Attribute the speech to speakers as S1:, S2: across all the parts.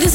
S1: this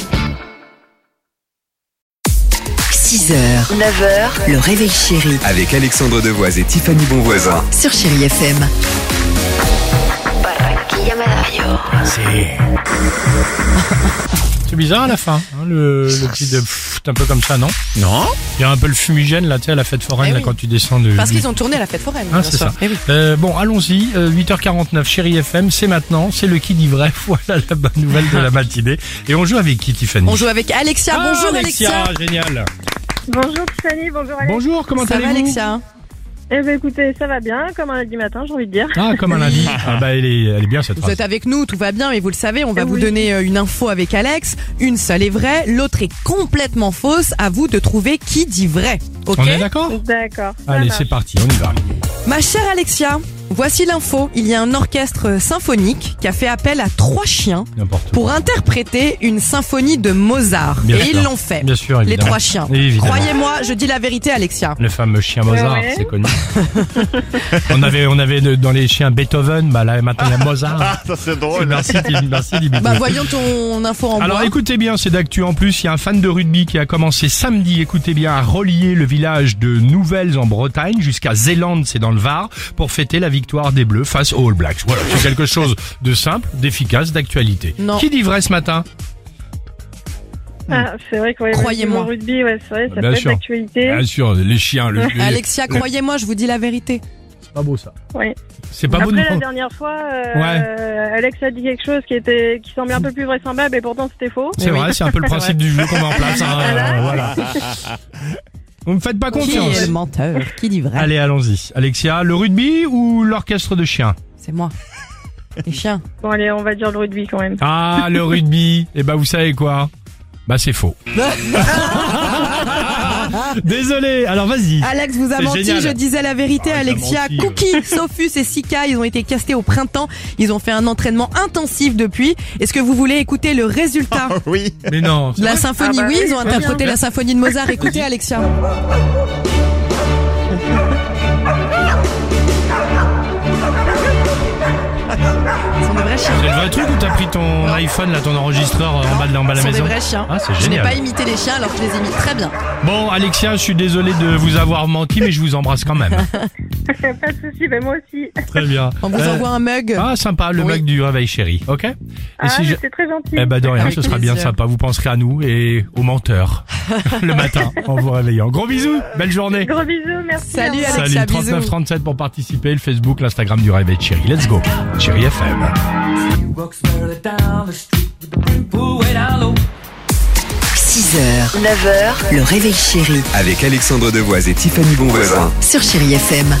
S2: 6h, 9h, le réveil chéri
S3: avec Alexandre Devoise et Tiffany Bonvoisin.
S2: sur Chérie FM.
S4: C'est bizarre à la fin, hein, le, le petit de pfff, un peu comme ça, non
S5: Non.
S4: Il y a un peu le fumigène là, tu sais, à la fête foraine,
S6: Eh
S4: là,
S6: oui.
S4: quand tu descends de.
S6: Parce
S4: du-
S6: qu'ils ont tourné à la fête foraine.
S4: Hein,
S6: bien
S4: c'est
S6: sûr.
S4: ça.
S6: Eh oui.
S4: Euh, bon, allons-y, euh, 8h49, chérie FM, c'est maintenant, c'est le qui dit vrai, voilà la bonne nouvelle de la matinée. Et on joue avec qui, Tiffany
S6: On joue avec Alexia.
S4: Ah,
S6: Bonjour Alexia.
S4: Génial
S7: Bonjour Tiffany, bonjour Alex.
S4: Bonjour, comment
S6: Ça va
S4: allez-vous
S6: Alexia
S7: Eh ben écoutez, ça va bien, comme un lundi matin, j'ai envie de dire.
S4: Ah, comme un lundi. Ah bah, elle est, elle est bien cette
S6: Vous
S4: phrase.
S6: êtes avec nous, tout va bien, mais vous le savez, on va
S7: Eh
S6: vous
S7: oui.
S6: donner euh, une info avec Alex. Une seule est vraie, l'autre est complètement fausse. À vous de trouver qui dit vrai. Ok
S4: On est d'accord
S7: D'accord. ça
S4: Allez,
S7: marche.
S4: c'est parti, on y va.
S6: Ma chère Alexia, voici l'info. Il y a un orchestre symphonique qui a fait appel à trois chiens
S4: N'importe quoi.
S6: pour interpréter une symphonie de Mozart.
S4: Bien
S6: Et
S4: sûr.
S6: ils l'ont fait.
S4: Bien sûr,
S6: Les
S4: évidemment.
S6: trois chiens.
S4: Évidemment.
S6: Croyez-moi, je dis la vérité, Alexia.
S4: Le fameux chien Mozart,
S7: Ouais.
S4: c'est connu. on avait, on avait de- dans les chiens Beethoven, bah là maintenant il y a Mozart.
S8: Ah, Ça c'est drôle.
S4: merci, Tim, merci Dimitri.
S6: Bah voyons ton info en
S4: Alors
S6: bois.
S4: écoutez bien, c'est d'actu en plus. Il y a un fan de rugby qui a commencé samedi, écoutez bien, à relier le village de Nouvelles en Bretagne jusqu'à Zélande, c'est dans le Var, pour fêter la victoire des Bleus face aux All Blacks. Voilà, c'est quelque chose de simple, d'efficace, d'actualité.
S6: Non.
S4: Qui dit vrai ce matin
S7: Ah, c'est vrai que ouais,
S6: Croyez-moi.
S7: le rugby, ouais, c'est vrai, ça
S4: Hmm. Bien
S7: peut
S4: sûr. Ah,
S7: être d'actualité.
S4: Bien sûr, les chiens. Le, le-
S6: Alexia,
S4: le-
S6: croyez-moi, je vous dis la vérité.
S4: C'est pas beau ça.
S7: Ouais.
S4: C'est pas beau
S7: Après
S4: de
S7: la dernière fois, euh, Alex a dit quelque chose qui était qui semblait un peu plus vraisemblable et pourtant c'était faux.
S4: C'est vrai, c'est un peu le principe du jeu qu'on met en place. hein, euh, voilà. Vous me faites pas
S6: Qui
S4: confiance.
S6: est le menteur Qui dit vrai
S4: Allez, allons-y. Alexia, le rugby ou l'orchestre de chiens
S6: C'est moi. Les chiens.
S7: Bon allez, on va dire le rugby quand même.
S4: Ah, le rugby. Eh ben, vous savez quoi Bah, c'est faux. Désolé. Alors, vas-y.
S6: Alex vous a
S4: C'est
S6: menti,
S4: génial.
S6: je disais la vérité.
S4: Ah, il a
S6: Alexia,
S4: menti,
S6: Cookie, Sophus et Sika, ils ont été castés au printemps. Ils ont fait un entraînement intensif depuis. Est-ce que vous voulez écouter le résultat
S4: Ah,
S8: Oui.
S4: Mais non.
S6: de la symphonie
S7: Ah bah
S6: Oui,
S7: oui,
S6: ils ont
S7: très bien.
S6: interprété la symphonie de Mozart. Écoutez, Alexia. Ils sont des vrais chiens.
S4: C'est le vrai truc ou t'as pris ton iPhone, là, ton enregistreur euh, en bas de, en bas de
S6: Ce
S4: la
S6: sont des
S4: maison
S6: vrais chiens.
S4: Ah, c'est
S6: je n'ai
S4: génial.
S6: pas imité les chiens alors que je les imite très bien.
S4: Bon, Alexia, je suis désolé de vous avoir menti, mais je vous embrasse quand même.
S7: pas de souci, ben moi aussi.
S4: Très bien.
S6: On vous
S4: Euh,
S6: envoie un mug.
S4: Ah, sympa, le
S6: Oui.
S4: mug du réveil chéri. Ok Et
S7: Ah,
S4: si
S7: mais
S4: je-
S7: c'est très gentil.
S4: Eh ben de rien,
S6: Avec
S4: ce sera bien
S6: plaisir.
S4: sympa. Vous penserez à nous et aux menteurs le matin en vous réveillant. Gros bisous, belle journée.
S7: Gros bisous, merci.
S6: Salut,
S7: au
S6: Alex.
S7: revoir.
S4: Salut
S6: Alexia,
S4: 39
S6: bisous.
S4: 37 pour participer, le Facebook, l'Instagram du Réveil de Chéri. Let's go. Chéri FM.
S9: Walks further down the street with the people way down low.
S2: 6h, 9h, le réveil chéri
S3: Avec Alexandre Devoise et Tiffany Bonvoisin.
S2: sur Chérie FM.